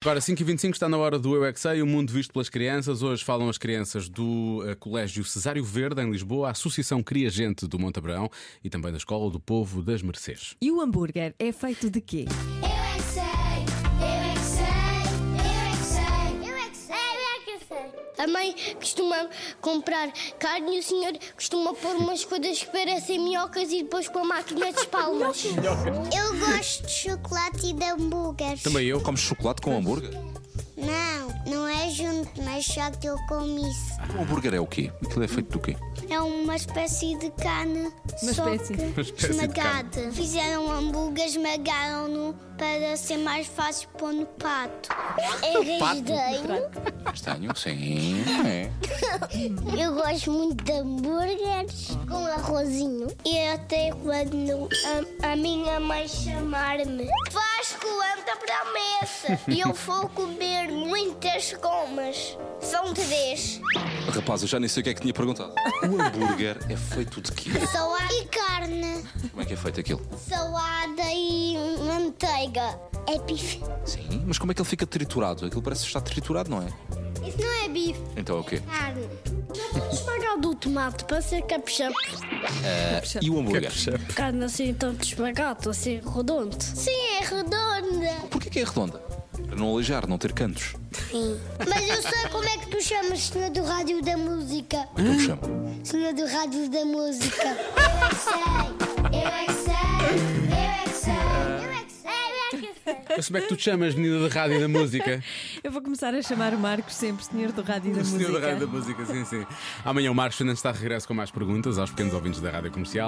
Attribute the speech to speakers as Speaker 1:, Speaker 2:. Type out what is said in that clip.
Speaker 1: Agora, 5h25 está na hora do Eu é Que Sei, o mundo visto pelas crianças. Hoje falam as crianças do eh, Colégio Cesário Verde, em Lisboa, a Associação Cria Gente do Monte Abrão e também da Escola do Povo das Mercês.
Speaker 2: E o hambúrguer é feito de quê?
Speaker 3: Eu é que sei, eu é que sei, eu é que sei, eu é que sei, eu é que sei. A mãe costuma comprar carne e o senhor costuma pôr umas coisas que parecem minhocas e depois com a máquina de palmas. eu gosto de chocolate e de hambúrgueres.
Speaker 1: Também eu.
Speaker 4: Comes chocolate com hambúrguer?
Speaker 3: Não, não é junto, mas só que eu como isso.
Speaker 4: O hambúrguer é o quê? Aquilo é feito do quê?
Speaker 3: É uma espécie de carne
Speaker 2: Uma
Speaker 3: só
Speaker 2: espécie.
Speaker 3: que
Speaker 1: Uma espécie de carne.
Speaker 3: esmagada. Fizeram um hambúrguer, esmagaram-no para ser mais fácil pôr no pato. É regideiro.
Speaker 4: Castanho? Sim, é.
Speaker 3: Eu gosto muito de hambúrgueres com arrozinho. E até quando a, a minha mãe chamar-me, Vasco, anda para a mesa. E eu vou comer muitas gomas. São três.
Speaker 4: Rapaz, eu já nem sei o que é que tinha perguntado. O hambúrguer é feito de quê?
Speaker 3: Salada e carne.
Speaker 4: Como é que é feito aquilo?
Speaker 3: Salada e manteiga. É bife.
Speaker 4: Sim, mas como é que ele fica triturado? Aquilo parece estar triturado, não é?
Speaker 3: Isso não é bife.
Speaker 4: Então é o quê?
Speaker 3: Carne. Esmagado o tomate para ser capixaba.
Speaker 4: E o hambúrguer?
Speaker 5: carne assim tanto esmagado, assim redondo.
Speaker 3: Sim, é redonda.
Speaker 4: Porquê que é redonda? Para não aleijar, não ter cantos.
Speaker 3: Mas eu sei como é que tu chamas senhor do rádio da música.
Speaker 4: Como é que eu me chamo?
Speaker 3: Senhor do rádio da música. Eu é que sei, eu é que sei, eu é que sei. Eu é que sei, eu é que sei.
Speaker 1: Eu sei bem que tu te chamas, menina da rádio e da música.
Speaker 2: Eu vou começar a chamar o Marcos sempre Senhor do Rádio e da
Speaker 1: Senhor
Speaker 2: Música.
Speaker 1: da rádio e da música, sim, sim. Amanhã o Marcos Fernandes está de regresso com mais perguntas aos pequenos ouvintes da rádio comercial.